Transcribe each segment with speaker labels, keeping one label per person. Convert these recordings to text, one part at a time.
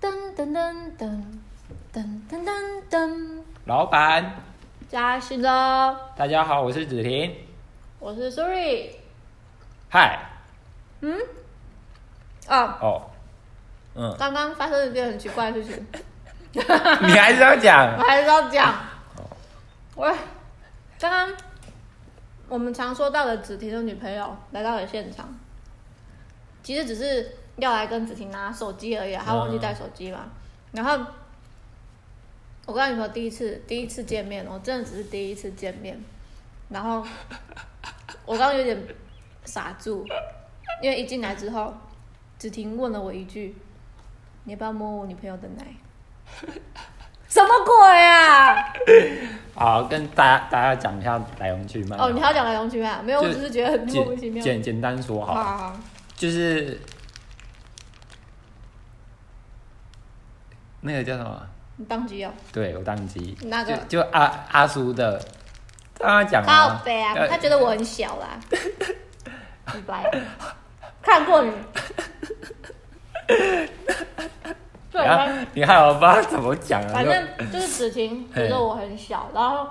Speaker 1: 噔噔噔噔噔噔噔，
Speaker 2: 老板，
Speaker 1: 扎实的，
Speaker 2: 大家好，我是子婷。
Speaker 1: 我是 Sorry
Speaker 2: 嗨，
Speaker 1: 啊，
Speaker 2: 哦，嗯，
Speaker 1: 刚刚发生了一件很奇怪的事情，
Speaker 2: 你还是要
Speaker 1: 我
Speaker 2: 讲
Speaker 1: 还是要讲。喂，刚刚我们常说到的子婷的女朋友来到了现场，其实只是要来跟子婷拿手机而已啊，她忘记带手机嘛。然后我跟她女朋友第一次第一次见面，我真的只是第一次见面，然 后我刚刚有点傻住，因为一进来之后，子婷问了我一句：“你要不要摸我女朋友的奶？” 什么鬼啊！
Speaker 2: 好，跟大家大家讲一下来龙去脉。
Speaker 1: 哦，你还要讲来龙去脉啊？没有，
Speaker 2: 就
Speaker 1: 我只是觉得很莫名其
Speaker 2: 简
Speaker 1: 妙。
Speaker 2: 简简单说
Speaker 1: 好
Speaker 2: 好了，
Speaker 1: 好好，
Speaker 2: 就是那个叫什么？
Speaker 1: 你当机哦，
Speaker 2: 对我宕机，
Speaker 1: 那个
Speaker 2: 就就阿阿叔的，刚刚讲
Speaker 1: 靠
Speaker 2: 啊，
Speaker 1: 北啊
Speaker 2: 呃，
Speaker 1: 他觉得我很小啦，李白，看过你。对，
Speaker 2: 然
Speaker 1: 反
Speaker 2: 后你看我不知道怎么讲啊，
Speaker 1: 反
Speaker 2: 就
Speaker 1: 正就是子晴觉得我很小，然后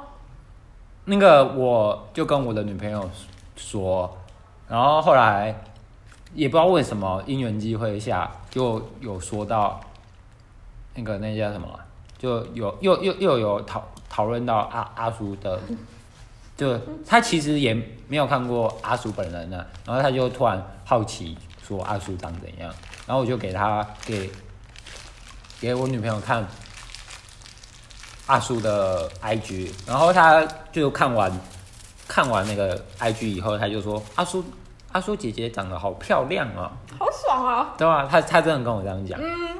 Speaker 2: 那个我就跟我的女朋友说，然后后来也不知道为什么因缘机会下就有说到那个那叫什么，就有又又又有讨讨论到阿阿叔的，就他其实也没有看过阿叔本人呢、然后他就突然好奇说阿叔长怎样，然后我就给他给给我女朋友看阿叔的 IG，然后他就看完看完那个 IG 以后，他就说阿叔阿叔姐姐长得好漂亮啊、
Speaker 1: 好爽啊！
Speaker 2: 对啊，他他真的跟我这样讲，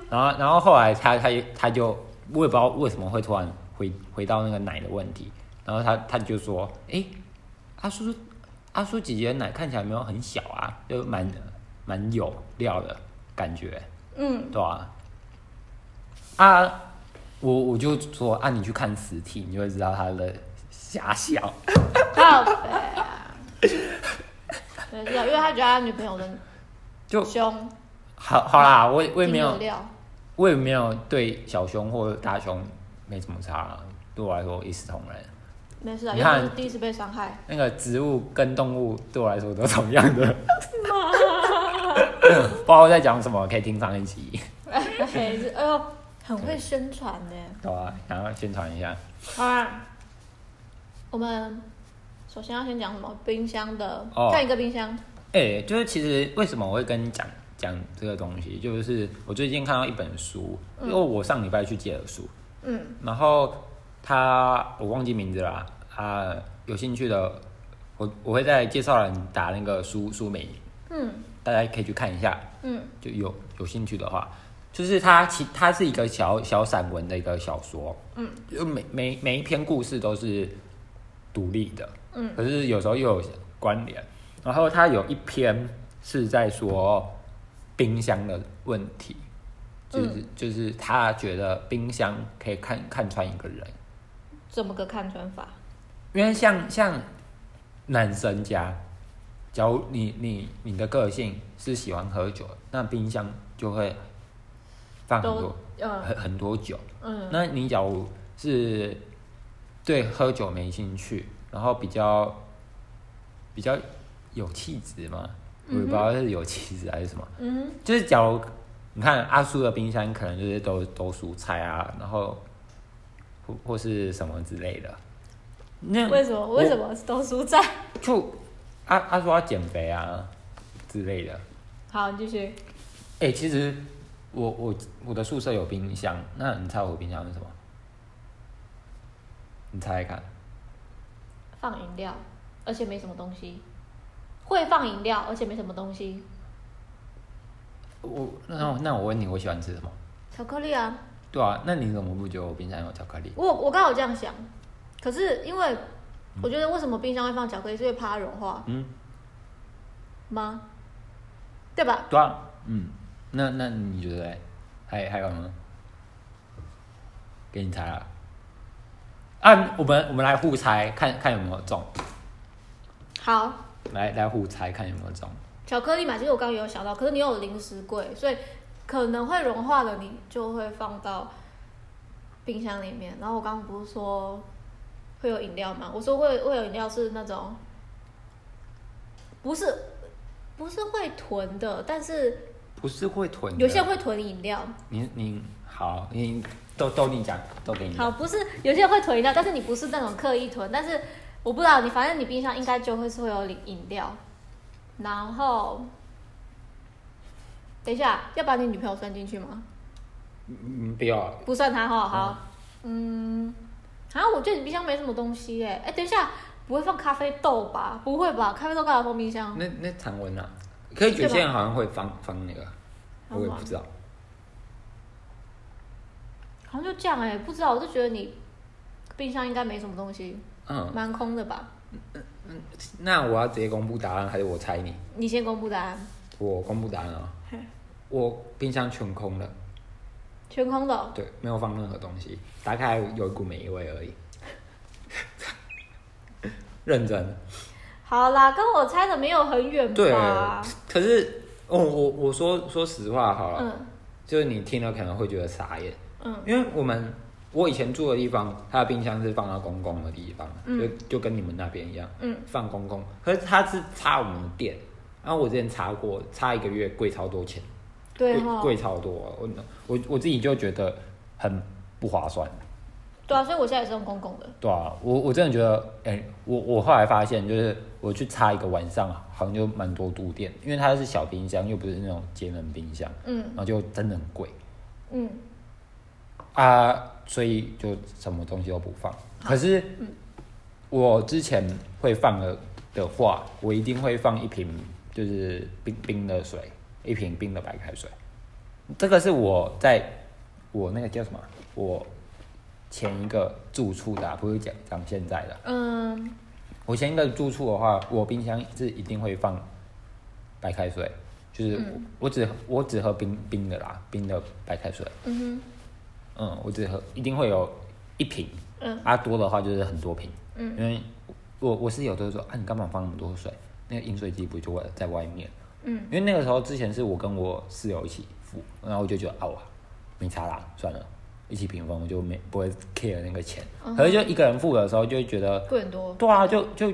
Speaker 2: 然后然后后来他他他就我也不知道为什么会突然回回到那个奶的问题，然后他他就说，诶，阿叔阿叔姐姐的奶看起来没有很小啊，就蛮蛮有料的感觉，
Speaker 1: 嗯，
Speaker 2: 对啊，啊，我我就说啊，你去看实体，你就会知道它的狭小。
Speaker 1: 靠北啊，没事啊，因为他觉得他女朋友的
Speaker 2: 就
Speaker 1: 胸
Speaker 2: 好好啦，我我也
Speaker 1: 挺
Speaker 2: 没
Speaker 1: 有
Speaker 2: 有，
Speaker 1: 料，
Speaker 2: 我也没有对小胸或者大胸没什么差啦，对我来说一视同仁。
Speaker 1: 没事啊，
Speaker 2: 你
Speaker 1: 又不
Speaker 2: 看
Speaker 1: 是第一次被伤害。
Speaker 2: 那个植物跟动物对我来说都同样的。 不知道在讲什么，可以听上一集，
Speaker 1: 哎呦，很会宣传呢、
Speaker 2: 对吧、然后宣传一下。
Speaker 1: 好啊，我们首先要先讲什么？冰箱的，
Speaker 2: 哦
Speaker 1: 看一个冰箱，
Speaker 2: 哎、就是其实为什么我会跟你讲讲这个东西，就是我最近看到一本书，因为我上礼拜去借了书，
Speaker 1: 嗯，
Speaker 2: 然后他我忘记名字了啊啊，有兴趣的我我会在介绍人打那个书书名，
Speaker 1: 嗯
Speaker 2: 大家可以去看一下，
Speaker 1: 嗯
Speaker 2: 就有有兴趣的话，就是它其它是一个小小散文的一个小说，
Speaker 1: 嗯，
Speaker 2: 就每每每一篇故事都是独立的，
Speaker 1: 嗯，
Speaker 2: 可是有时候又有关联。然后它有一篇是在说冰箱的问题，就是、就是他觉得冰箱可以看看穿一个人，
Speaker 1: 怎么个看穿法？
Speaker 2: 因为像像男生家，假如你你你的个性是喜欢喝酒，那冰箱就会放很
Speaker 1: 都
Speaker 2: 多，
Speaker 1: 嗯
Speaker 2: 很很多酒。
Speaker 1: 嗯
Speaker 2: 那你假如是对喝酒没兴趣，然后比较比较有气质嘛，我也不知道是有气质还是什么，
Speaker 1: 嗯
Speaker 2: 就是假如你看阿叔的冰箱，可能就是都都蔬菜啊，然后或或是什么之类的。那
Speaker 1: 哼，为什么？为什么都输在？
Speaker 2: 就阿阿叔要减肥啊之类的。
Speaker 1: 好，你继续。
Speaker 2: 哎、其实我我我的宿舍有冰箱，那你猜我的冰箱是什么？你猜猜看，
Speaker 1: 放饮料，而且没什么东西。会放饮料，而且没什么东西。
Speaker 2: 我那我那我问你，我喜欢吃什么？
Speaker 1: 巧克力啊，
Speaker 2: 对啊，那你怎么不觉得我冰箱有巧克力？
Speaker 1: 我我刚好这样想，可是因为我觉得为什么冰箱会放巧克力，是因为怕它融化
Speaker 2: 嗯，
Speaker 1: 吗？对吧？
Speaker 2: 对啊，嗯，那那你觉得嘞？还还有吗？给你猜了。啊，我们我们来互猜，看看有没有中，
Speaker 1: 好，
Speaker 2: 来来互猜看有没有中。
Speaker 1: 巧克力嘛，其实我刚刚也有想到，可是你有零食柜，所以可能会融化的，你就会放到冰箱里面。然后我刚刚不是说会有饮料吗？我说会会有饮料是那种不是不是会囤的，但是
Speaker 2: 不是会囤的，
Speaker 1: 有些人会囤饮料。
Speaker 2: 你你好，你都都你讲，都给你讲
Speaker 1: 好，不是有些人会囤饮料，但是你不是那种刻意囤，但是我不知道你，反正你冰箱应该就会是会有饮料。然后，等一下要把你女朋友算进去吗？
Speaker 2: 嗯，不要，
Speaker 1: 不算她哈，好，嗯，好、像我觉得你冰箱没什么东西哎、哎，等一下不会放咖啡豆吧？不会吧？咖啡豆干嘛放冰箱？
Speaker 2: 那那常温啊，可以有些人好像会放放那个，我也不知道。
Speaker 1: 好像就这样哎、不知道，我就觉得你冰箱应该没什么东西，
Speaker 2: 嗯，
Speaker 1: 蛮空的吧？
Speaker 2: 那我要直接公布答案，还是我猜你？
Speaker 1: 你先公布答案，
Speaker 2: 我公布答案啊
Speaker 1: 嘿，
Speaker 2: 我冰箱全空了，
Speaker 1: 全空的哦、
Speaker 2: 对，没有放任何东西，打开有一股霉味而已。 认真，
Speaker 1: 好啦，跟我猜的啊没有很远
Speaker 2: 对
Speaker 1: 吧？，嗯
Speaker 2: 可是哦，我我说说实话好了，
Speaker 1: 嗯
Speaker 2: 就是你听了可能会觉得傻眼，
Speaker 1: 嗯
Speaker 2: 因为我们我以前住的地方，它的冰箱是放到公共的地方，
Speaker 1: 嗯
Speaker 2: 就就跟你们那边一样，
Speaker 1: 嗯，
Speaker 2: 放公共，可是它是插我们的电，然后我之前查过，插一个月贵超多钱，
Speaker 1: 对
Speaker 2: 贵
Speaker 1: 哈，
Speaker 2: 贵超多，我我我自己就觉得很不划算，
Speaker 1: 对啊，所以我现在也是用公共的，
Speaker 2: 对啊，我我真的觉得，哎、我我后来发现，就是我去插一个晚上，好像就蛮多度电，因为它是小冰箱，又不是那种节能冰箱，
Speaker 1: 嗯
Speaker 2: 然后就真的很贵。
Speaker 1: 嗯，
Speaker 2: 啊，所以就什么东西都不放。可是，我之前会放的的话，我一定会放一瓶就是冰冰的水，一瓶冰的白开水。这个是我在我那个叫什么，啊我前一个住处的、啊，不是讲讲现在的。
Speaker 1: 嗯，
Speaker 2: 我前一个住处的话，我冰箱是一定会放白开水，就是我,、只我只喝冰冰的啦，冰的白开水。
Speaker 1: 嗯
Speaker 2: 嗯，我只喝一定会有一瓶，
Speaker 1: 嗯，
Speaker 2: 啊多的话就是很多瓶，
Speaker 1: 嗯，
Speaker 2: 因为我我室友都说啊你干嘛放那么多水？那个饮水机不就会在外面？
Speaker 1: 嗯，
Speaker 2: 因为那个时候之前是我跟我室友一起付，然后我就觉得啊哇没差啦，算了，一起平分，我就没不会 care 那个钱。
Speaker 1: 嗯
Speaker 2: 可是就一个人付的时候，就会觉得
Speaker 1: 哼，贵很多，
Speaker 2: 对啊，就就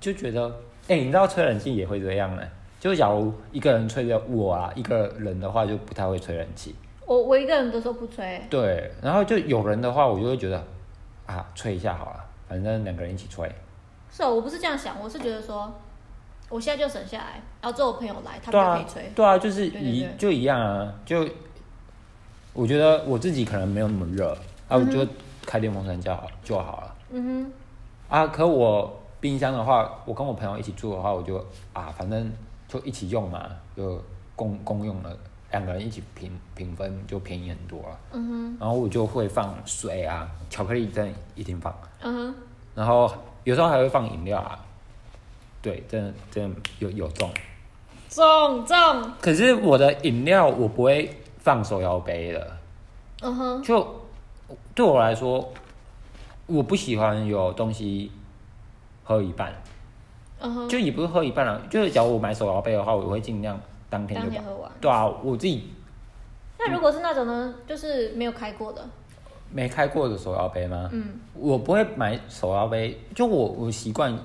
Speaker 2: 就觉得，哎、你知道吹冷气也会这样呢、就假如一个人吹着我啊，一个人的话就不太会吹冷气。
Speaker 1: 我我一个人的时候不吹，
Speaker 2: 对，然后就有人的话，我就会觉得啊，吹一下好了，反正两个人一起吹。
Speaker 1: 是哦，我不是这样想，我是觉得说，我现在就省下来，然后之后我朋友来，他
Speaker 2: 对
Speaker 1: 们就可
Speaker 2: 啊
Speaker 1: 以吹，，
Speaker 2: 对啊，就是
Speaker 1: 对对
Speaker 2: 一
Speaker 1: 对
Speaker 2: 就一样啊，就我觉得我自己可能没有那么热啊，我就开电风扇就好就好了
Speaker 1: 嗯
Speaker 2: 啊。可我冰箱的话，我跟我朋友一起住的话，我就啊，反正就一起用嘛，就公公用了，两个人一起平平分就便宜很多了。
Speaker 1: 哼，嗯
Speaker 2: 然后我就会放水啊，巧克力真的一定放。
Speaker 1: 哼，嗯哼，
Speaker 2: 然后有时候还会放饮料啊。对，真的真的有有中。
Speaker 1: 中中，
Speaker 2: 可是我的饮料我不会放手摇杯的，
Speaker 1: 嗯哼，
Speaker 2: 就对我来说，我不喜欢有东西喝一半，
Speaker 1: 嗯哼，
Speaker 2: 就也不是喝一半啊，就是假如我买手摇杯的话，我会尽量当天
Speaker 1: 当
Speaker 2: 就嗯
Speaker 1: 天
Speaker 2: 把。
Speaker 1: 喝完。
Speaker 2: 对啊，我自己
Speaker 1: 那如果是那种呢，就是没有开过的，
Speaker 2: 没开过的手摇杯吗？
Speaker 1: 嗯，
Speaker 2: 我不会买手摇杯，就我我习惯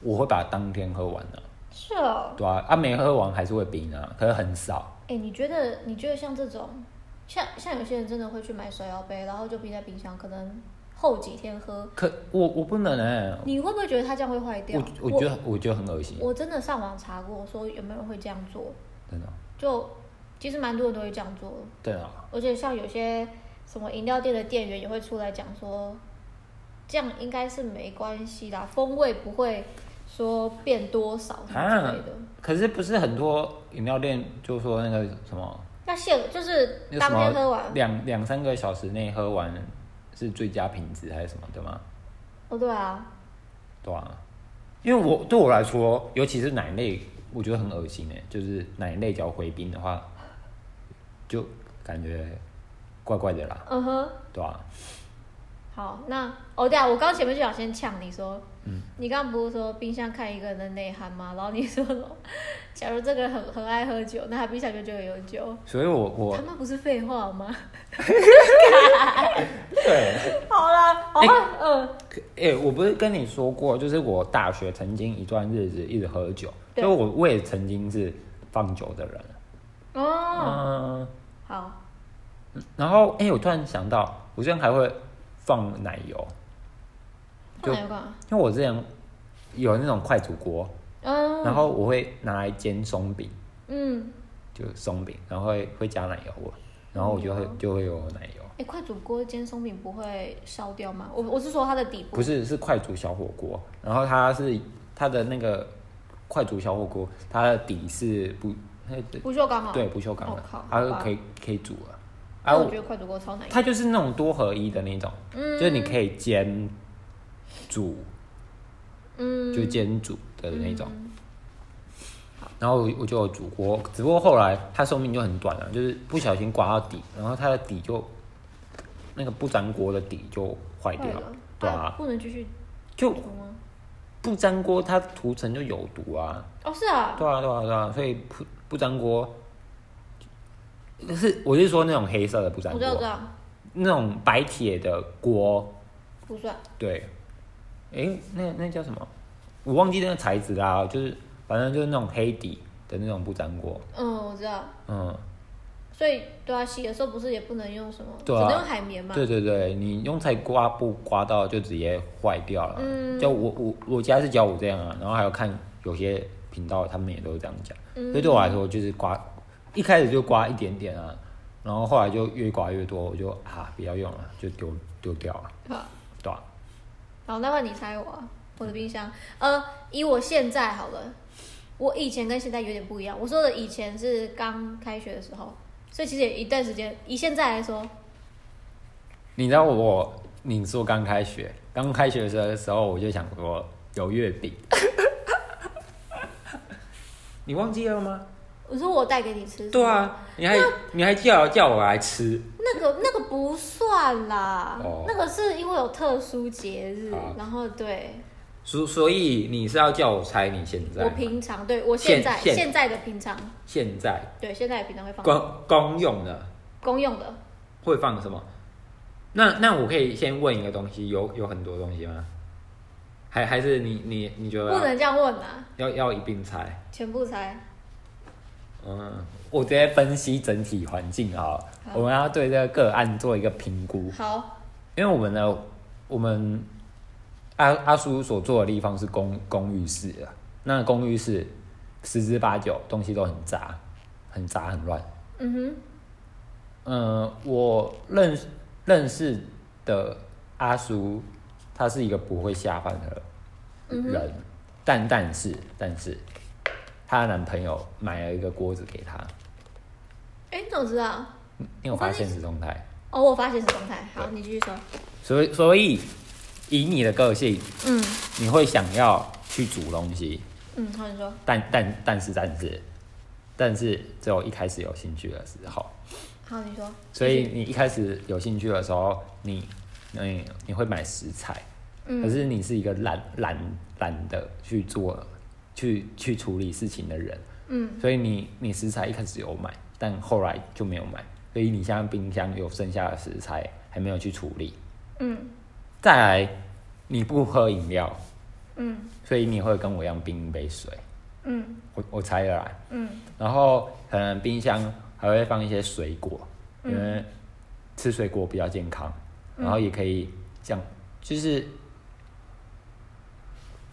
Speaker 2: 我会把当天喝完的、啊
Speaker 1: 是哦，
Speaker 2: 对啊，啊没喝完还是会冰啊，可是很少。
Speaker 1: 哎，你觉得你觉得像这种，像像有些人真的会去买手摇杯，然后就冰在冰箱，可能后几天喝，
Speaker 2: 可我我不能哎、
Speaker 1: 你会不会觉得它这样会坏掉
Speaker 2: 我？我觉得我觉得很恶心，
Speaker 1: 我真的上网查过，说有没有人会这样做，
Speaker 2: 真的
Speaker 1: 就其实蛮多人都会这样做，
Speaker 2: 对啊，
Speaker 1: 而且像有些什么饮料店的店员也会出来讲说，这样应该是没关系啦，风味不会说变多少什么
Speaker 2: 啊
Speaker 1: 之类的。
Speaker 2: 可是不是很多饮料店就说那个什么，
Speaker 1: 那现就是
Speaker 2: 那个
Speaker 1: 当
Speaker 2: 什么
Speaker 1: 天喝完，
Speaker 2: 两两三个小时内喝完是最佳品质还是什么的吗？
Speaker 1: 哦对啊，
Speaker 2: 对啊，因为我对我来说，尤其是奶类，我觉得很恶心哎、就是奶类只要回冰的话，就感觉怪怪的啦，
Speaker 1: 嗯哼，
Speaker 2: 对啊，
Speaker 1: 好，那哦对啊，我刚前面就想先呛你说，
Speaker 2: 嗯
Speaker 1: 你刚刚不是说冰箱看一个人的内涵吗？然后你说什么，假如这个人很很爱喝酒，那他冰箱就就有酒。
Speaker 2: 所以我我
Speaker 1: 他妈不是废话吗？
Speaker 2: 对，
Speaker 1: 好啦，好
Speaker 2: 哎
Speaker 1: 啦，嗯，
Speaker 2: 哎、我不是跟你说过，就是我大学曾经一段日子一直喝酒，
Speaker 1: 对
Speaker 2: 所以我我也曾经是放酒的人。
Speaker 1: 哦，
Speaker 2: 嗯，
Speaker 1: 好，
Speaker 2: 然后哎、我突然想到，我之前还会放奶油，
Speaker 1: 放
Speaker 2: 就
Speaker 1: 哪个啊？
Speaker 2: 因为我之前有那种快煮锅，
Speaker 1: 嗯，
Speaker 2: 然后我会拿来煎松饼，
Speaker 1: 嗯，
Speaker 2: 就松饼，然后会会加奶油，然后我就会
Speaker 1: 嗯
Speaker 2: 就会有奶油，
Speaker 1: 哎，快煮锅煎松饼不会烧掉吗？我我是说它的底部，
Speaker 2: 不是是快煮小火锅，然后它是它的那个快煮小火锅，它的底是不。它的
Speaker 1: 不锈钢啊。
Speaker 2: 对，不锈钢
Speaker 1: 我
Speaker 2: 的
Speaker 1: 靠，
Speaker 2: 它
Speaker 1: 好
Speaker 2: 是
Speaker 1: 吧
Speaker 2: 可以可以煮了。
Speaker 1: 但
Speaker 2: 啊，
Speaker 1: 我
Speaker 2: 我
Speaker 1: 觉得快煮锅超难用。
Speaker 2: 它就是那种多合一的那种，
Speaker 1: 嗯
Speaker 2: 就是你可以煎煮，
Speaker 1: 嗯，
Speaker 2: 就煎煮的那种。然后我我就有煮过，只不过后来它寿命就很短了，就是不小心刮到底，然后它的底就那个不粘锅的底就坏掉
Speaker 1: 坏
Speaker 2: 了
Speaker 1: 了，，
Speaker 2: 对
Speaker 1: 啊
Speaker 2: 啊，
Speaker 1: 不能继续
Speaker 2: 就
Speaker 1: 煮吗？
Speaker 2: 不粘锅它涂层就有毒啊，
Speaker 1: 哦，是啊，
Speaker 2: 对啊对啊对啊，所以不不粘锅，是我是说那种黑色的不粘
Speaker 1: 我
Speaker 2: 锅，
Speaker 1: 知道，我知道，
Speaker 2: 那种白铁的锅，
Speaker 1: 不算。
Speaker 2: 对，诶，那那叫什么？我忘记那个材质啦，就是反正就是那种黑底的那种不粘锅，
Speaker 1: 嗯，我知道。
Speaker 2: 嗯，
Speaker 1: 所以对啊，洗的时候不是也不能用什么，
Speaker 2: 对啊
Speaker 1: 只能用海绵嘛。
Speaker 2: 对对对，你用菜刮布刮到就直接坏掉了。
Speaker 1: 嗯
Speaker 2: 就我我我家是教我这样啊，然后还有看有些频道他们也都是这样讲，
Speaker 1: 嗯
Speaker 2: 所以对我来说就是刮，一开始就刮一点点啊，然后后来就越刮越多，我就啊不要用了，就丢丢掉了，
Speaker 1: 好，
Speaker 2: 对吧、
Speaker 1: 好，那换你猜我啊，我的冰箱。呃，以我现在好了，我以前跟现在有点不一样。我说的以前是刚开学的时候，所以其实也一段时间。以现在来说，
Speaker 2: 你知道我，你说刚开学，刚开学的时候我就想说有月饼，你忘记了吗？
Speaker 1: 我说我带给你吃，
Speaker 2: 对，啊，你还你还叫叫我来吃，
Speaker 1: 那个那个不算啦，
Speaker 2: 哦啊
Speaker 1: 那个是因为有特殊节日，
Speaker 2: 好
Speaker 1: 然后对
Speaker 2: 所所以你是要叫我猜你现在
Speaker 1: 我
Speaker 2: 吗
Speaker 1: 平常对我
Speaker 2: 现
Speaker 1: 现在
Speaker 2: 现
Speaker 1: 现在的平常，
Speaker 2: 现在
Speaker 1: 对现在的平常会放
Speaker 2: 公公用的
Speaker 1: 公用的，
Speaker 2: 会放什么？那那我可以先问一个东西，有有很多东西吗？还还是你你你觉
Speaker 1: 不
Speaker 2: 得
Speaker 1: 能这样问啊，
Speaker 2: 要要要一并猜？
Speaker 1: 全部猜。
Speaker 2: 嗯，我直接分析整体环境好了
Speaker 1: 好
Speaker 2: 我们要对这个个案做一个评估，
Speaker 1: 好，
Speaker 2: 因为我们呢，我们阿阿叔所做的地方是公公寓式啊，那公寓室十之八九东西都很杂，很杂很乱。
Speaker 1: 嗯哼，
Speaker 2: 嗯，我认识认识的阿叔，他是一个不会下饭的人，但但是但是，她的男朋友买了一个锅子给她。
Speaker 1: 哎、你怎么知道？
Speaker 2: 你有发现实动态，
Speaker 1: 哦，我发现实动态。好，你继续说。
Speaker 2: 所以所以以你的个性，
Speaker 1: 嗯
Speaker 2: 你会想要去煮东西，
Speaker 1: 嗯，好，你说。
Speaker 2: 但但但是但是但是只有一开始有兴趣的时候，
Speaker 1: 好，你说。
Speaker 2: 所以你一开始有兴趣的时候，你你你会买食材，可是你是一个懒懒懒得去做去去处理事情的人，
Speaker 1: 嗯，
Speaker 2: 所以你你食材一开始有买，但后来就没有买，所以你现在冰箱有剩下的食材还没有去处理，
Speaker 1: 嗯
Speaker 2: 再来，你不喝饮料，
Speaker 1: 嗯
Speaker 2: 所以你会跟我一样冰一杯水。
Speaker 1: 嗯
Speaker 2: 我我猜的啦。
Speaker 1: 嗯
Speaker 2: 然后可能冰箱还会放一些水果，因为吃水果比较健康，然后也可以这样，就是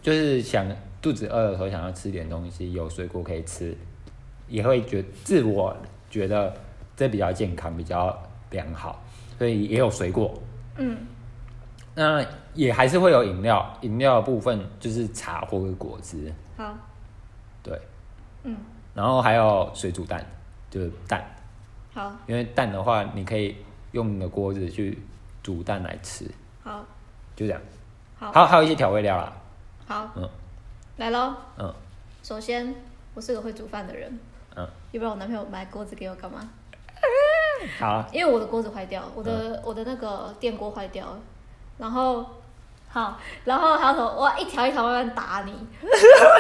Speaker 2: 就是想肚子饿的时候想要吃点东西，有水果可以吃，也会觉自我觉得这比较健康，比较良好，所以也有水果。
Speaker 1: 嗯
Speaker 2: 那也还是会有饮料，饮料的部分就是茶或者果汁，
Speaker 1: 好。
Speaker 2: 对，
Speaker 1: 嗯，
Speaker 2: 然后还有水煮蛋，就是蛋，
Speaker 1: 好
Speaker 2: 因为蛋的话，你可以用你的锅子去煮蛋来吃，
Speaker 1: 好
Speaker 2: 就这样。
Speaker 1: 好
Speaker 2: 还有还有一些调味料啦，
Speaker 1: 好。
Speaker 2: 嗯
Speaker 1: 来喽。
Speaker 2: 嗯
Speaker 1: 首先，我是个会煮饭的人，
Speaker 2: 嗯，
Speaker 1: 要不然我男朋友买锅子给我干嘛？
Speaker 2: 好啊，嗯
Speaker 1: 因为我的锅子坏掉，我的、我的那个电锅坏掉了，然后好，然后还有什么？我一条一条慢慢打 你。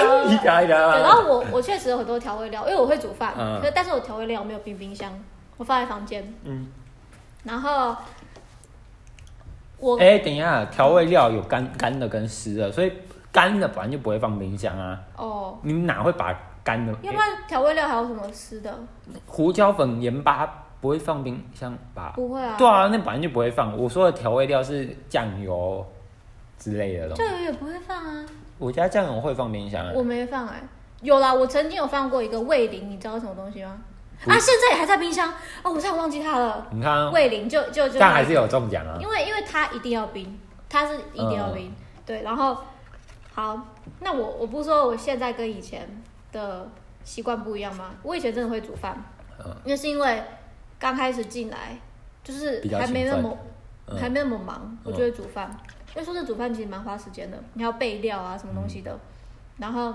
Speaker 1: 呃
Speaker 2: 一条一条
Speaker 1: 对，然
Speaker 2: 啊。
Speaker 1: 后我我确实有很多调味料，因为我会煮饭，
Speaker 2: 嗯
Speaker 1: 可是但是我调味料没有冰冰箱，我放在房间。
Speaker 2: 嗯，
Speaker 1: 然后我、
Speaker 2: 哎、等一下，调味料有干干的跟湿的，所以干的本来就不会放冰箱啊，
Speaker 1: 哦，
Speaker 2: 你哪会把干的？哎
Speaker 1: 要不然调味料还有什么吃的？
Speaker 2: 胡椒粉、盐巴不会放冰箱吧？
Speaker 1: 不会啊，
Speaker 2: 对啊，那本来就不会放。我说的调味料是酱油之类的东西
Speaker 1: 酱。油也不会放啊，
Speaker 2: 我家酱油会放冰箱啊，
Speaker 1: 我没放哎、有啦，我曾经有放过一个味淋，你知道是什么东西吗？
Speaker 2: 不
Speaker 1: 啊，现在也还在冰箱哦，我差点忘记它了。
Speaker 2: 你看啊，
Speaker 1: 味淋就就就
Speaker 2: 但还是有中奖啊。
Speaker 1: 因为因为它一定要冰，它是一定
Speaker 2: 嗯
Speaker 1: 要冰。对，然后好，那我我不是说我现在跟以前的习惯不一样吗？我以前真的会煮饭，
Speaker 2: 嗯
Speaker 1: 因为是因为刚开始进来就是
Speaker 2: 比较
Speaker 1: 还没
Speaker 2: 勤
Speaker 1: 那
Speaker 2: 奋
Speaker 1: 么、
Speaker 2: 嗯
Speaker 1: 还没那么忙，我就会煮饭。因为说是煮饭其实蛮花时间的，你还要备料啊什么东西的。然后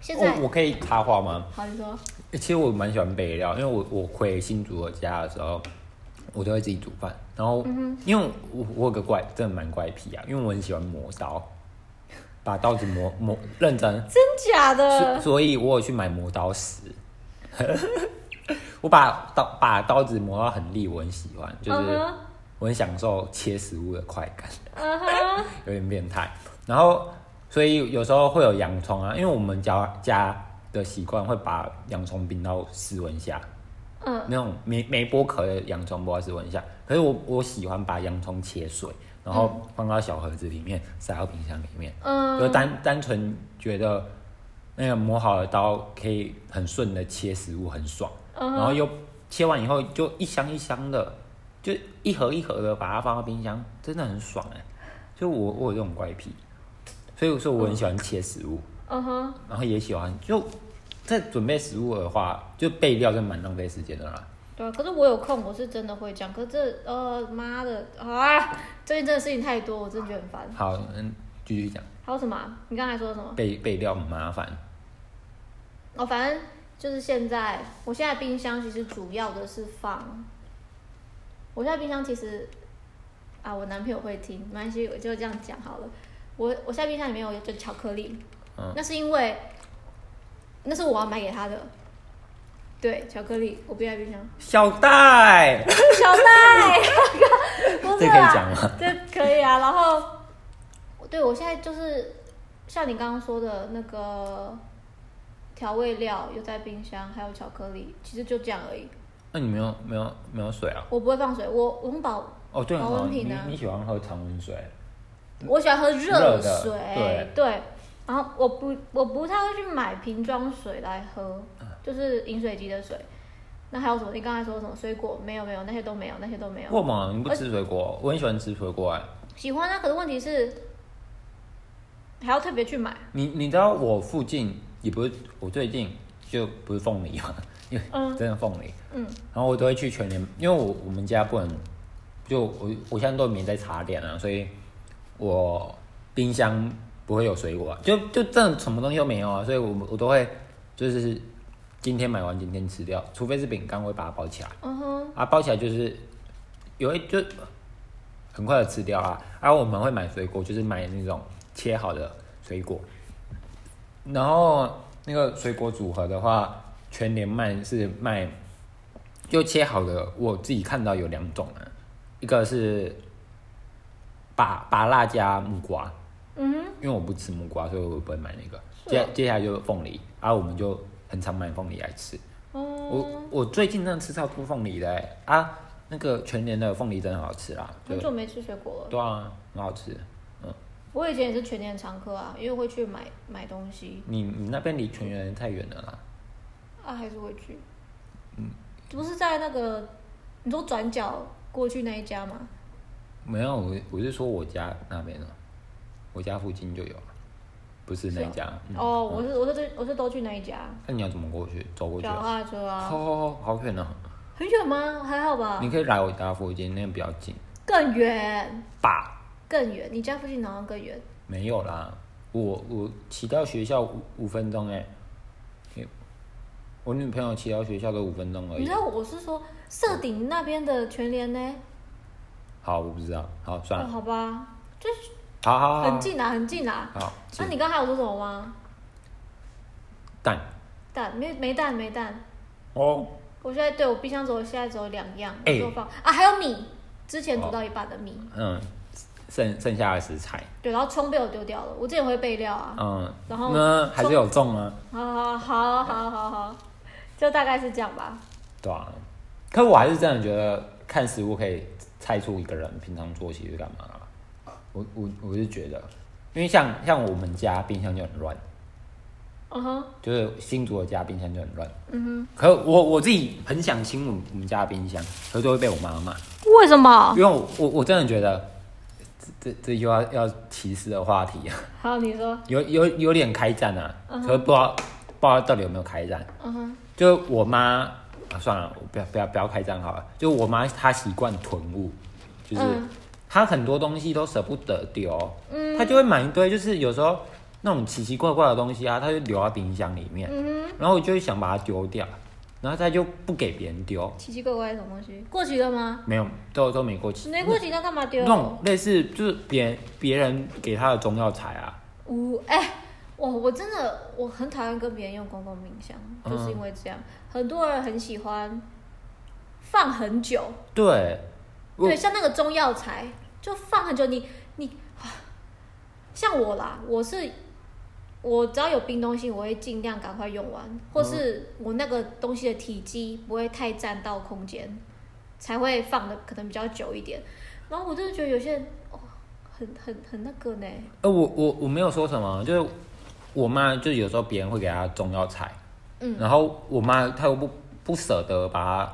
Speaker 1: 现在、
Speaker 2: 嗯哦我我可以插话吗？
Speaker 1: 好，你说
Speaker 2: 欸其实我蛮喜欢备料，因为我我回新竹我家的时候，我都会自己煮饭。然后，
Speaker 1: 嗯
Speaker 2: 因为我我有个怪，真的蛮怪癖啊，因为我很喜欢磨刀，把刀子磨磨认真，
Speaker 1: 真假
Speaker 2: 所
Speaker 1: 的？
Speaker 2: 所以我有去买磨刀石。 我把刀把刀子磨到很利，我很喜欢，就
Speaker 1: 嗯
Speaker 2: 是
Speaker 1: 哼
Speaker 2: 我很享受切食物的快感。
Speaker 1: 嗯哼，
Speaker 2: 有点变态。然后，所以有时候会有洋葱啊，因为我们家家的习惯会把洋葱冰到室温下，
Speaker 1: 嗯，
Speaker 2: 那种没没剥壳的洋葱剥到室温下。可是我我喜欢把洋葱切碎，然后放到小盒子里面，塞到冰箱里面，
Speaker 1: 嗯
Speaker 2: 就单单纯觉得那个磨好的刀可以很顺的切食物，很爽。
Speaker 1: 嗯哼
Speaker 2: 然后又切完以后就一箱一箱的，就一盒一盒的把它放到冰箱，真的很爽哎、就我我有这种怪癖，所以我说我很喜欢切食物，
Speaker 1: 嗯哼。
Speaker 2: 然后也喜欢就在准备食物的话，就备料真的蛮浪费时间的啦。
Speaker 1: 对啊，可是我有空，我是真的会讲。可是这呃妈的啊，最近真的事情太多，我真的觉得很烦。
Speaker 2: 好，嗯，继续讲
Speaker 1: 还有什么啊、你刚才说什么？
Speaker 2: 备备料很麻烦，
Speaker 1: 哦，反正就是现在，我现在冰箱其实主要的是放，我现在冰箱其实啊，我男朋友会听，没关系，我就这样讲好了。我我现在冰箱里面有就巧克力，
Speaker 2: 嗯
Speaker 1: 那是因为那是我要买给他的，对，巧克力我不在冰箱。
Speaker 2: 小戴，
Speaker 1: 小戴，不
Speaker 2: 这
Speaker 1: 是
Speaker 2: 可以
Speaker 1: 啦
Speaker 2: 讲 吗？
Speaker 1: 这可以啊。然后，对我现在就是像你刚刚说的那个调味料，有在冰箱，还有巧克力，其实就这样而已。
Speaker 2: 那你没有没有没有水啊？
Speaker 1: 我不会放水，我我很保，
Speaker 2: 哦，对
Speaker 1: 保
Speaker 2: 哦，
Speaker 1: 温瓶
Speaker 2: 你
Speaker 1: 啊
Speaker 2: 你喜欢喝常温水，
Speaker 1: 我喜欢喝
Speaker 2: 热
Speaker 1: 热
Speaker 2: 的
Speaker 1: 水，
Speaker 2: 对
Speaker 1: 然后我不我不太会去买瓶装水来喝，
Speaker 2: 嗯
Speaker 1: 就是饮水机的水。那还有什么？你刚才说什么水果？没有没有，那些都没有，那些都没有。
Speaker 2: 我嘛你不吃水果，我很喜欢吃水果哎、
Speaker 1: 喜欢啊，可是问题是还要特别去买。
Speaker 2: 你你知道我附近也不是我最近就不是凤梨嘛，因为
Speaker 1: 嗯
Speaker 2: 真的凤梨，
Speaker 1: 嗯
Speaker 2: 然后我都会去全年，因为我我们家不能，就我我现在都没在茶店啊，所以我冰箱不会有水果、啊，就就真的什么东西都没有啊，所以我我都会就是今天买完今天吃掉，除非是饼干我会把它包起来，
Speaker 1: 嗯哼，
Speaker 2: 啊包起来就是有一就很快的吃掉啊，而、啊、我们会买水果，就是买那种切好的水果，然后那个水果组合的话，全年卖是卖就切好的，我自己看到有两种啊，一个是拔拔辣加木瓜，
Speaker 1: 嗯哼。
Speaker 2: 因为我不吃木瓜，所以我不会买那个。
Speaker 1: 是
Speaker 2: 接
Speaker 1: 哦
Speaker 2: 接下来就是凤梨，啊，我们就很常买凤梨来吃。我
Speaker 1: 哦，
Speaker 2: 我最近真的吃超多凤梨的、欸、啊，那个全年的凤梨真的好吃啦，就
Speaker 1: 很久没吃水果了。
Speaker 2: 对啊，很好吃。
Speaker 1: 我以前也是全年常客啊，因为会去买买东西
Speaker 2: 你你那边离全园太远了啦，
Speaker 1: 啊，还是会去。嗯，不是在那个你说转角过去那一家吗？
Speaker 2: 没有，我我是说我家那边啊，我家附近就有，不是那一家。嗯
Speaker 1: 哦，我是我是都我是都去那一家，
Speaker 2: 那你要怎么过去？走过去、
Speaker 1: 脚
Speaker 2: 啊？
Speaker 1: 踏车啊，
Speaker 2: 哦，好远啊！
Speaker 1: 很远吗？还好吧
Speaker 2: 你，可以来我家附近，那边比较近。
Speaker 1: 更远
Speaker 2: 吧？
Speaker 1: 更远，你家附近好像更远。
Speaker 2: 没有啦，我我骑到学校五五分钟哎、欸，我女朋友骑到学校都五分钟而
Speaker 1: 你
Speaker 2: 已
Speaker 1: 知。道我是说
Speaker 2: 嗯
Speaker 1: 社顶那边的全联呢？
Speaker 2: 好，我不知道，好算
Speaker 1: 哦，
Speaker 2: 了。
Speaker 1: 好吧，
Speaker 2: 好好好，
Speaker 1: 很近啊，很近啊。
Speaker 2: 好，
Speaker 1: 那、
Speaker 2: 是
Speaker 1: 你刚才有说什么吗？
Speaker 2: 蛋
Speaker 1: 蛋没没蛋没蛋，
Speaker 2: 哦，
Speaker 1: 我现在对我冰箱只有现在只有两样，
Speaker 2: 哎
Speaker 1: 我就放啊还有米，之前煮到一半的米，
Speaker 2: 嗯，剩剩下的食材，
Speaker 1: 对，然后葱被我丢掉了，我之前会备料啊，
Speaker 2: 嗯，
Speaker 1: 然后
Speaker 2: 那还是有中啊，
Speaker 1: 好好好好好好，就大概是这样吧。
Speaker 2: 对啊，可我还是真的觉得看食物可以猜出一个人平常作息是干嘛啦、我我我是觉得，因为像像我们家冰箱就很乱，
Speaker 1: 嗯哼，
Speaker 2: 就是新竹的家冰箱就很乱。
Speaker 1: 嗯
Speaker 2: 可我我自己很想清我我们家的冰箱，可是都会被我妈骂，
Speaker 1: 哼，为什么
Speaker 2: 因？为我我我真的觉得这这这又要要歧视的话题啊，
Speaker 1: 好，你说，
Speaker 2: 有有有点开战啊，
Speaker 1: 嗯哼
Speaker 2: 可是不知道不知道到底有没有开战。
Speaker 1: 嗯哼，
Speaker 2: 就我妈啊，算了，我不要不要不要开张好了。就我妈她习惯囤物，就是、
Speaker 1: 嗯
Speaker 2: 她很多东西都舍不得丢，哦
Speaker 1: 嗯
Speaker 2: 她就会买一堆，就是有时候那种奇奇怪怪的东西啊，她就留到冰箱里面，
Speaker 1: 嗯
Speaker 2: 然后我就会想把它丢掉，然后她就不给别人丢，
Speaker 1: 哼，奇奇怪怪是什么东西？过期了吗？
Speaker 2: 没有都都没过期。
Speaker 1: 没过期哦那干嘛丢
Speaker 2: 那？种类似就是别人别人给她的中药材啊，
Speaker 1: 呜，哎、我我真的我很讨厌跟别人用公共冰箱，
Speaker 2: 嗯
Speaker 1: 就是因为这样，很多人很喜欢放很久，
Speaker 2: 对，我
Speaker 1: 对，像那个中药材就放很久，你你，啊像我啦，我是我只要有冰东西，我会尽量赶快用完，或是
Speaker 2: 嗯
Speaker 1: 我那个东西的体积不会太占到空间，才会放的可能比较久一点。然后我真的觉得有些人哦，很很很那个呢，
Speaker 2: 呃，我我我没有说什么，就是我妈就有时候别人会给她中药材，
Speaker 1: 嗯
Speaker 2: 然后我妈她又不不舍得把它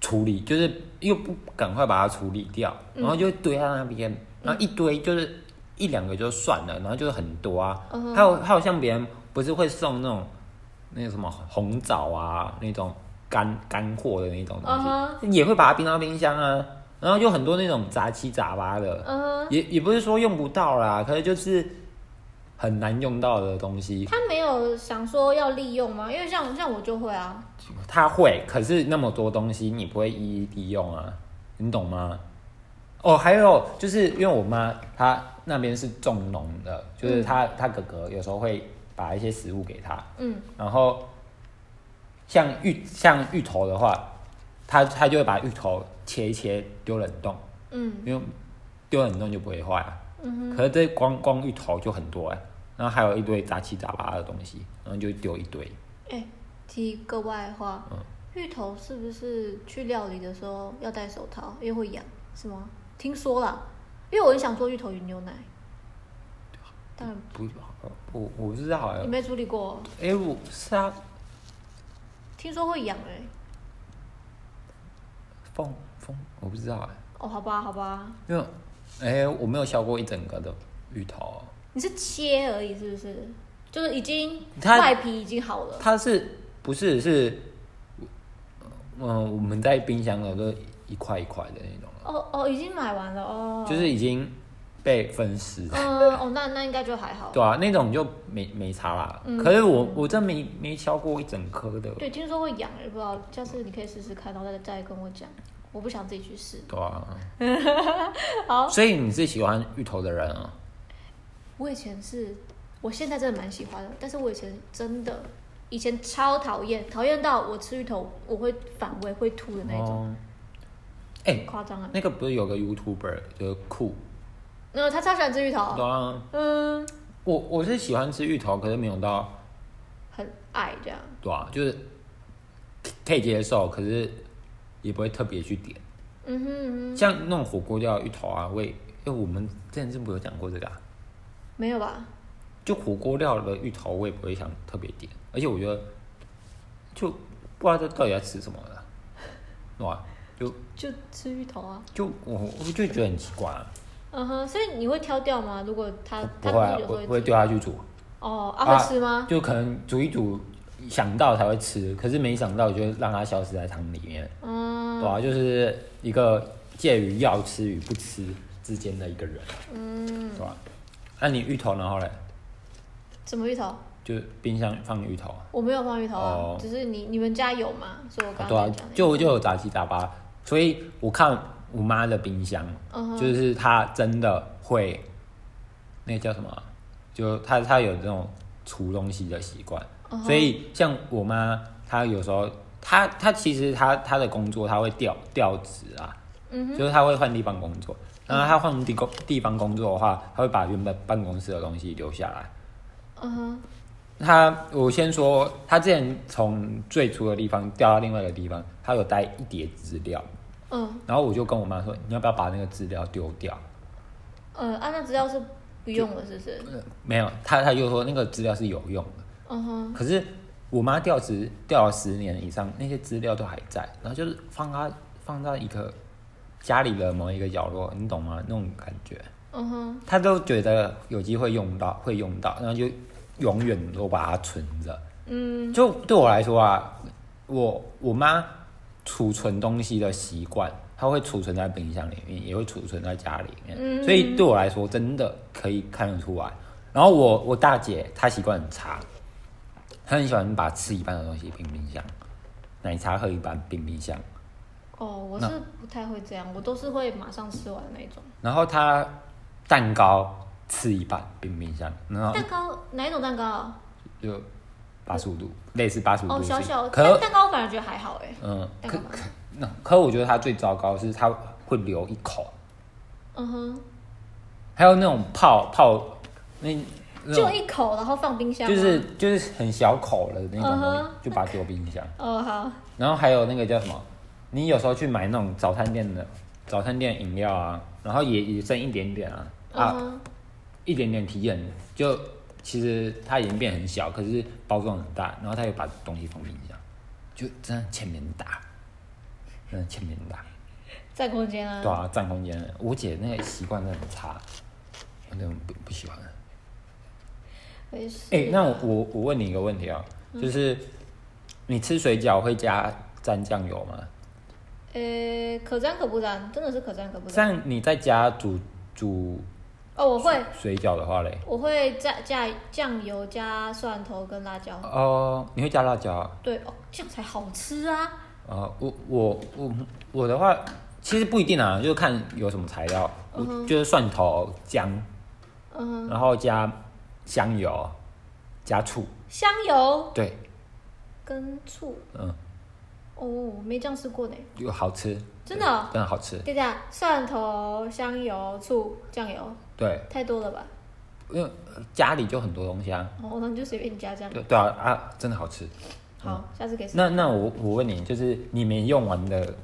Speaker 2: 处理，就是又不赶快把它处理掉，
Speaker 1: 嗯
Speaker 2: 然后就堆在那边，然后一堆就是一两个就算了，然后就是很多啊，
Speaker 1: 嗯哼
Speaker 2: 还有还有像别人不是会送那种那个什么红枣啊那种干干货的那种东西
Speaker 1: 嗯
Speaker 2: 也会把它冰到冰箱啊，然后就很多那种杂七杂八的，
Speaker 1: 嗯哼。
Speaker 2: 也也不是说用不到啦，可是就是很难用到的东西，
Speaker 1: 他没有想说要利用吗？因为像像我就会啊，
Speaker 2: 它会，可是那么多东西你不会一一利用啊，你懂吗？哦，还有就是因为我妈她那边是种农的，就是她、她哥哥有时候会把一些食物给她，
Speaker 1: 嗯
Speaker 2: 然后像芋像芋头的话，她她就会把芋头切一切丢冷冻，
Speaker 1: 嗯
Speaker 2: 因为丢冷冻就不会坏啊。
Speaker 1: 嗯
Speaker 2: 可是这光光芋头就很多哎、然后还有一堆杂七杂八的东西，然后就丢一堆。
Speaker 1: 哼，哎、提个外话，
Speaker 2: 嗯
Speaker 1: 芋头是不是去料理的时候要戴手套，因为会痒，是吗？听说啦，因为我很想做芋头与牛奶，当然
Speaker 2: 不，我我不知道哎、
Speaker 1: 你没处理过，
Speaker 2: 哎、我是啊，
Speaker 1: 听说会痒哎、
Speaker 2: 凤凤，我不知道哎、
Speaker 1: 哦，好吧，好吧，
Speaker 2: 因为哎、我没有削过一整个的芋头，啊
Speaker 1: 你是切而已，是不是？就是已经
Speaker 2: 它
Speaker 1: 外皮已经好了，
Speaker 2: 它是不是是，嗯、我们在冰箱的都一块一块的那种，
Speaker 1: 哦哦，已经买完了哦，
Speaker 2: 就是已经被分尸了。
Speaker 1: 嗯哦，那那应该就还好，
Speaker 2: 对啊，那种就没没差啦。
Speaker 1: 嗯
Speaker 2: 可是我我真没没削过一整颗的，
Speaker 1: 对，听说会痒，也不知道，下次你可以试试看，然后再再跟我讲。我不想自己去试。
Speaker 2: 对啊。
Speaker 1: 好，
Speaker 2: 所以你是喜欢芋头的人啊？
Speaker 1: 我以前是，我现在真的蛮喜欢的，但是我以前真的，以前超讨厌，讨厌到我吃芋头我会反胃、会吐的那种，
Speaker 2: 哦。哎、
Speaker 1: 夸张啊！
Speaker 2: 那个不是有个 YouTuber 就是酷，
Speaker 1: 那、他超喜欢吃芋
Speaker 2: 对
Speaker 1: 头，
Speaker 2: 啊，
Speaker 1: 嗯，
Speaker 2: 我我是喜欢吃芋头，可是没有到
Speaker 1: 很爱这样。
Speaker 2: 对啊，就是可以接受，可是也不会特别去点。
Speaker 1: 嗯哼嗯哼，
Speaker 2: 像那种火锅料芋头啊，我也，因为我们之前是不是有讲过这个、啊？
Speaker 1: 没有吧？
Speaker 2: 就火锅料的芋头，我也不会想特别点，而且我觉得就不知道这到底要吃什么了，对啊，就
Speaker 1: 就吃芋头啊。
Speaker 2: 就我我就觉得很奇怪、啊，
Speaker 1: 嗯哼，所以你会挑掉吗？如果他
Speaker 2: 不
Speaker 1: 他
Speaker 2: 会、啊
Speaker 1: 不是，有时
Speaker 2: 我
Speaker 1: 候
Speaker 2: 我会
Speaker 1: 会自己
Speaker 2: 丢下去煮。
Speaker 1: 哦，啊会吃吗？
Speaker 2: 就可能煮一煮，想到才会吃，可是没想到就让它消失在汤里面，
Speaker 1: 嗯
Speaker 2: 对吧、就是一个介于要吃与不吃之间的一个人，
Speaker 1: 嗯，
Speaker 2: 对吧、那、你芋头然后嘞，
Speaker 1: 什么芋头？
Speaker 2: 就冰箱放芋头，
Speaker 1: 我没有放芋头啊，
Speaker 2: 哦
Speaker 1: 只是你你们家有嘛，所以我刚
Speaker 2: 对啊
Speaker 1: 刚在讲、，
Speaker 2: 就就有杂七杂八，所以我看我妈的冰箱，
Speaker 1: 嗯哼
Speaker 2: 就是她真的会那个叫什么啊，就她她有这种除东西的习惯，
Speaker 1: 嗯
Speaker 2: 所以像我妈，她有时候她她其实她她的工作她会调调职啊，
Speaker 1: 嗯
Speaker 2: 就是她会换地方工作，然后她换地工地方工作的话，她会把原本办公室的东西留下来。
Speaker 1: 嗯哼，
Speaker 2: 他，我先说，他之前从最初的地方调到另外一个地方，他有带一叠资料，
Speaker 1: 嗯
Speaker 2: 然后我就跟我妈说，你要不要把那个资料丢掉？
Speaker 1: 呃，啊，那资料是不用了，是不是？
Speaker 2: 呃没有，他他就说那个资料是有用的，
Speaker 1: 嗯哼，
Speaker 2: 可是我妈调职调了十年以上，那些资料都还在，然后就是放她放到一个家里的某一个角落，你懂吗？那种感觉，
Speaker 1: 嗯哼，
Speaker 2: 她都觉得有机会用到，会用到，然后就永远都把它存着。
Speaker 1: 嗯
Speaker 2: 就对我来说啊，我我妈储存东西的习惯，她会储存在冰箱里面，也会储存在家里面，
Speaker 1: 嗯
Speaker 2: 所以对我来说真的可以看得出来。然后我我大姐她习惯很差，她很喜欢把吃一半的东西冰冰箱，奶茶喝一半冰冰箱。
Speaker 1: 哦，我
Speaker 2: 那
Speaker 1: 是不太会这样，我都是会马上吃完的那种。
Speaker 2: 然后她蛋糕吃一半冰冰箱，然后
Speaker 1: 蛋糕哪一种蛋糕？
Speaker 2: 就八十五度，类似八十五度
Speaker 1: 哦，
Speaker 2: 的
Speaker 1: 小
Speaker 2: 事情
Speaker 1: 小，
Speaker 2: 可
Speaker 1: 但蛋糕我反而觉得还好哎。
Speaker 2: 嗯，
Speaker 1: 蛋
Speaker 2: 可
Speaker 1: 糕吧
Speaker 2: 那可我觉得他最糟糕的是他会留一口，
Speaker 1: 嗯哼，
Speaker 2: 还有那种泡泡，那那
Speaker 1: 就
Speaker 2: 种
Speaker 1: 一口，然后放冰箱吗。
Speaker 2: 就是就是很小口的那
Speaker 1: 嗯
Speaker 2: 种东西
Speaker 1: 哼
Speaker 2: 就把它丢冰箱。
Speaker 1: 哦好，
Speaker 2: 然后还有那个叫什么，你有时候去买那种早餐店的早餐店饮料啊，然后也也剩一点点啊啊
Speaker 1: 嗯哼，
Speaker 2: 一点点体验，就其实它已经变很小，可是包装很大，然后他又把东西放冰箱，就真的欠扁打，真的欠扁打。
Speaker 1: 占空间啊。
Speaker 2: 对啊，占空间。我姐那个习惯真的很差，我那种不不喜欢。
Speaker 1: 没事。
Speaker 2: 哎、那我我我问你一个问题啊、就是你吃水饺会加蘸酱油吗？
Speaker 1: 呃，可沾可不沾，真的是可沾可不沾。
Speaker 2: 像你在家煮煮
Speaker 1: 哦，我会，
Speaker 2: 水饺的话嘞，
Speaker 1: 我会加加酱油、加蒜头跟辣椒。
Speaker 2: 哦，你会加辣椒啊？
Speaker 1: 对哦，这样才好吃啊。
Speaker 2: 啊，我我我我的话，其实不一定啊，就是看有什么材料，我
Speaker 1: 嗯哼
Speaker 2: 就是蒜头、姜，
Speaker 1: 嗯，
Speaker 2: 然后加香油、加醋，
Speaker 1: 香油
Speaker 2: 对，
Speaker 1: 跟醋。
Speaker 2: 嗯，
Speaker 1: 哦，我没这样吃过呢，
Speaker 2: 就好吃，
Speaker 1: 真的哦。
Speaker 2: 真的好吃，
Speaker 1: 对下，蒜头、香油、醋、酱油，
Speaker 2: 对。
Speaker 1: 太多了吧？
Speaker 2: 因为家里就很多东西啊，
Speaker 1: 哦，那你就随便加酱油。
Speaker 2: 对对啊啊，真的好吃。
Speaker 1: 好，下次可以试。
Speaker 2: 那那我我问你，就是你没用完的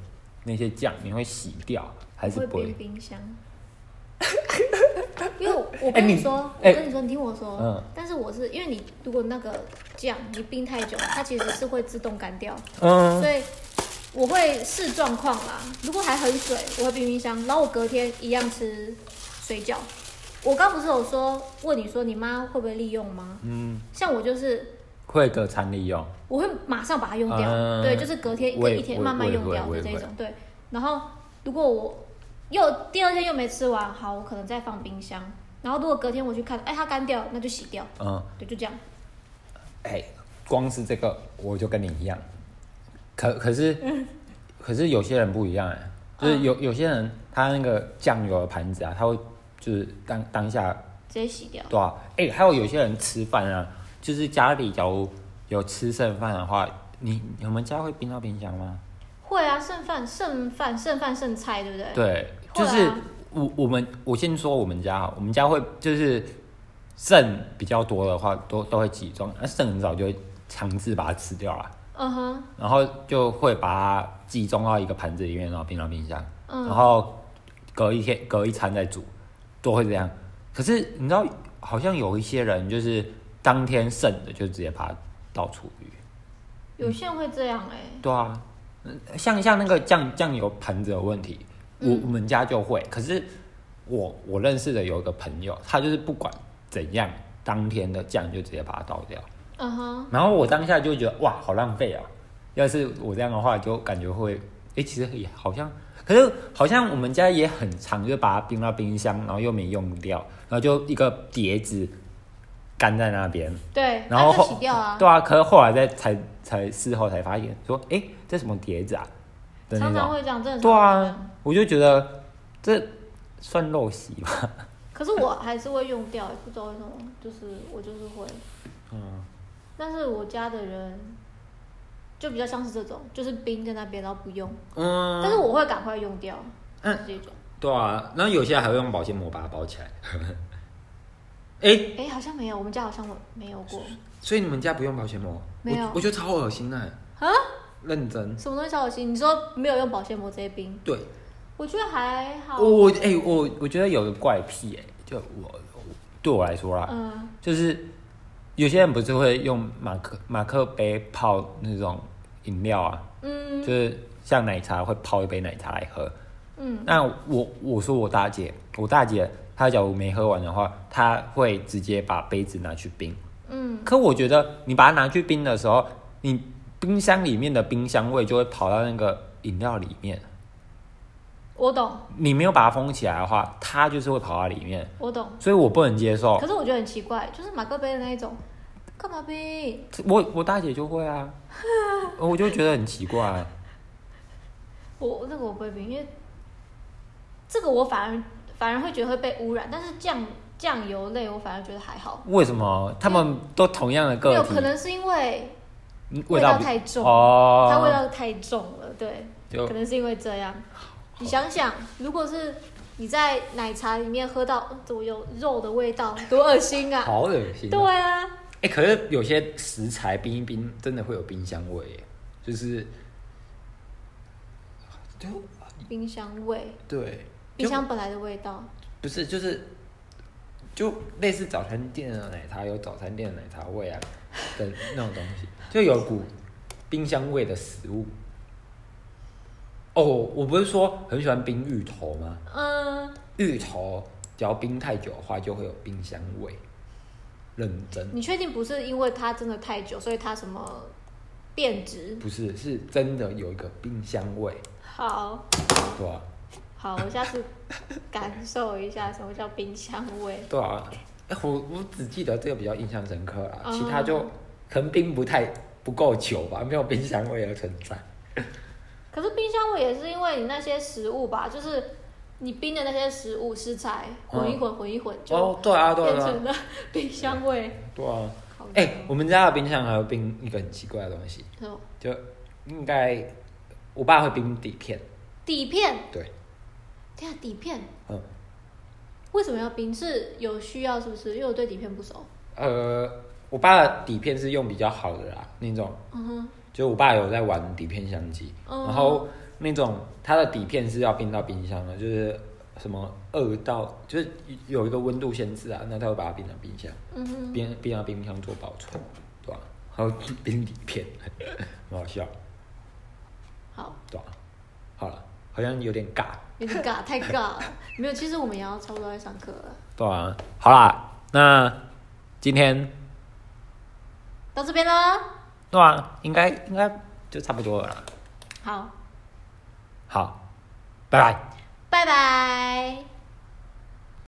Speaker 2: 那些酱，你会洗掉还是
Speaker 1: 我
Speaker 2: 不
Speaker 1: 会冰
Speaker 2: 会？
Speaker 1: 冰箱。 因为我我
Speaker 2: 哎
Speaker 1: 跟
Speaker 2: 你
Speaker 1: 你说，
Speaker 2: 哎
Speaker 1: 我跟你说，你听我说，
Speaker 2: 嗯
Speaker 1: 但是我是因为你如果那个酱你冰太久，它其实是会自动干掉，
Speaker 2: 嗯，
Speaker 1: 所以我会视状况啦。如果还很水，我会冰冰箱，然后我隔天一样吃水饺。我刚不是有说问你说你妈会不会利用吗？
Speaker 2: 嗯，
Speaker 1: 像我就是
Speaker 2: 会隔餐利用。
Speaker 1: 我会马上把它用掉，
Speaker 2: 嗯
Speaker 1: 对，就是隔天一
Speaker 2: 我
Speaker 1: 个
Speaker 2: 也
Speaker 1: 一天
Speaker 2: 我也
Speaker 1: 慢慢
Speaker 2: 我也
Speaker 1: 用掉
Speaker 2: 会
Speaker 1: 的
Speaker 2: 我
Speaker 1: 这
Speaker 2: 也
Speaker 1: 一
Speaker 2: 会
Speaker 1: 种，对。然后如果我又第二天又没吃完，好，我可能再放冰箱。然后如果隔天我去看，哎，它干掉，那就洗掉，
Speaker 2: 嗯，
Speaker 1: 对，就这样。
Speaker 2: 哎、光是这个我就跟你一样，可可是、可是有些人不一样哎、就是
Speaker 1: 嗯
Speaker 2: 有、有些人他那个酱油的盘子啊，他会就是当当下
Speaker 1: 直接洗掉。
Speaker 2: 对啊，哎、还有有些人吃饭啊，就是家里假如有吃剩饭的话，你你们家会冰到冰箱吗？
Speaker 1: 会啊，剩饭、剩饭、剩饭、剩菜，对不对？
Speaker 2: 对，
Speaker 1: 会
Speaker 2: 就
Speaker 1: 啊
Speaker 2: 是我我们我先说我们家好，我们家会就是剩比较多的话，都都会集中，那、剩很少就会强制把它吃掉啊了，
Speaker 1: 嗯哼，
Speaker 2: 然后就会把它集中到一个盘子里面，然后冰到冰箱，
Speaker 1: 嗯
Speaker 2: 然后隔一天隔一餐再煮，都会这样。可是你知道，好像有一些人就是当天剩的就直接把它倒厨余。
Speaker 1: 有些人会这样哎、
Speaker 2: 对啊，嗯像像那个酱酱油盘子有问题，我、我们家就会。可是我我认识的有一个朋友，他就是不管怎样，当天的酱就直接把它倒掉。
Speaker 1: 嗯哼，
Speaker 2: 然后我当下就觉得哇，好浪费啊！要是我这样的话，就感觉会，哎、其实也好像，可是好像我们家也很长，就把它冰到冰箱，然后又没用掉，然后就一个碟子干在那边，
Speaker 1: 对，
Speaker 2: 然
Speaker 1: 那
Speaker 2: 后
Speaker 1: 就
Speaker 2: 后
Speaker 1: 洗掉啊。
Speaker 2: 对啊，可是后来再才才事后才发现，说哎、诶这什么碟子啊？的那
Speaker 1: 常常
Speaker 2: 种，
Speaker 1: 会这样，真的。
Speaker 2: 对啊。，我就觉得这算陋习吧。
Speaker 1: 可可是我还是会用掉，也不知道为什么，就是我就是会。
Speaker 3: 嗯，
Speaker 1: 但是我家的人就比较像是这种，就是冰在那边，然后不用，
Speaker 2: 嗯，
Speaker 1: 但是我会赶快用掉。
Speaker 2: 嗯，
Speaker 1: 这种，
Speaker 2: 对啊，然后有些还会用保鲜膜把它包起来。 哎、
Speaker 1: 哎、好像没有，我们家好像我没有过
Speaker 2: 所以你们家不用保鲜膜？
Speaker 1: 没有
Speaker 2: 我我觉得超恶心哎、
Speaker 1: 啊。
Speaker 2: 认真。
Speaker 1: 什么东西小心？你说没有用保鲜膜这些冰，
Speaker 2: 对，
Speaker 1: 我觉得还好。
Speaker 2: 我我哎、我
Speaker 3: 我觉得有个怪癖、欸，就我对我来说啦，
Speaker 1: 嗯，
Speaker 3: 就是有些人不是会用马克马克杯泡那种饮料啊，
Speaker 1: 嗯，
Speaker 3: 就是像奶茶会泡一杯奶茶来喝。
Speaker 1: 嗯，
Speaker 3: 那我我说我大姐，我大姐她假如没喝完的话，她会直接把杯子拿去冰。
Speaker 1: 嗯，
Speaker 3: 可我觉得你把它拿去冰的时候，你冰箱里面的冰箱味就会跑到那个饮料里面。
Speaker 1: 我懂，
Speaker 3: 你没有把它封起来的话，它就是会跑到里面，
Speaker 1: 我懂。
Speaker 3: 所以我不能接
Speaker 2: 哦
Speaker 3: 受
Speaker 1: 可。是我觉得很奇怪，就是马克杯的那一种，干嘛冰？
Speaker 3: 我我大姐就会 啊，我就觉得很奇怪。
Speaker 1: 我那个我不会冰，因为这个我反而反而会觉得会被污染，但是酱酱油类我反而觉得还好。
Speaker 3: 为什么他们都同样的
Speaker 1: 没
Speaker 3: 个
Speaker 1: 有，
Speaker 3: 体
Speaker 1: 可，能是因为
Speaker 3: 嗯
Speaker 1: 味
Speaker 3: 道
Speaker 1: 道
Speaker 3: 比
Speaker 1: 太重，
Speaker 3: 哦，
Speaker 1: 它味道太重了，对，
Speaker 3: 就
Speaker 1: 可能是因为这样。你想想，如果是你在奶茶里面喝到怎么有肉的味道，多恶心啊！
Speaker 2: 好恶心、
Speaker 1: 对啊，
Speaker 2: 哎、可是有些食材冰一冰，真的会有冰香味耶，就是，就
Speaker 1: 冰箱味，
Speaker 2: 对，
Speaker 1: 冰箱本来的味道。
Speaker 2: 不是就是，就类似早餐店的奶茶有早餐店的奶茶味啊的那种东西，就有股冰箱味的食物。哦，我不是说很喜欢冰芋头吗？
Speaker 1: 嗯，
Speaker 2: 芋头只要冰太久的话，就会有冰香味。认真
Speaker 1: 你确定不是因为它真的太久，所以它什么变质？
Speaker 2: 不是，是真的有一个冰香味，
Speaker 1: 好
Speaker 2: 对吧、
Speaker 1: 好，我下次感受一下什么叫冰箱味。
Speaker 2: 对啊，哎、我我只记得这个比较印象深刻啦，
Speaker 1: 哦
Speaker 2: 其他就可能冰不太不够久吧，没有冰箱味的存在。
Speaker 1: 可是冰箱味也是因为你那些食物吧，就是你冰的那些食物食材混一混混一混，就
Speaker 2: 哦，对啊，对啊
Speaker 1: 变
Speaker 2: 对啊
Speaker 1: 成，了冰箱味。
Speaker 2: 对啊。
Speaker 1: 好
Speaker 2: 哎、我们家的冰箱还有冰一个很奇怪的东西，
Speaker 1: 什么
Speaker 2: 就应该我爸会冰底片，
Speaker 1: 底片？
Speaker 2: 对，
Speaker 1: 天啊，底片
Speaker 2: 嗯，
Speaker 1: 为什么要冰？是有需要是不是？因为我对底片不熟。
Speaker 2: 呃，我爸的底片是用比较好的啦，那种
Speaker 1: 嗯哼，
Speaker 2: 就我爸有在玩底片相机，
Speaker 1: 嗯
Speaker 2: 然后那种它的底片是要冰到冰箱的，就是什么二到就是有一个温度限制啊，那他会把它冰到冰箱，
Speaker 1: 嗯哼。
Speaker 2: 冰冰到冰箱做保存，对吧、还有冰底片， 很好笑，
Speaker 1: 好，
Speaker 2: 对吧、好了，好像有点尬，
Speaker 1: 有点尬，太尬了。没有，其实我们也要差不多在上课了，
Speaker 2: 对啊，好啦，那今天
Speaker 1: 到这边了。
Speaker 2: 对啊，应该应该就差不多了啦，
Speaker 1: 好，
Speaker 2: 好，拜拜。
Speaker 1: 拜拜。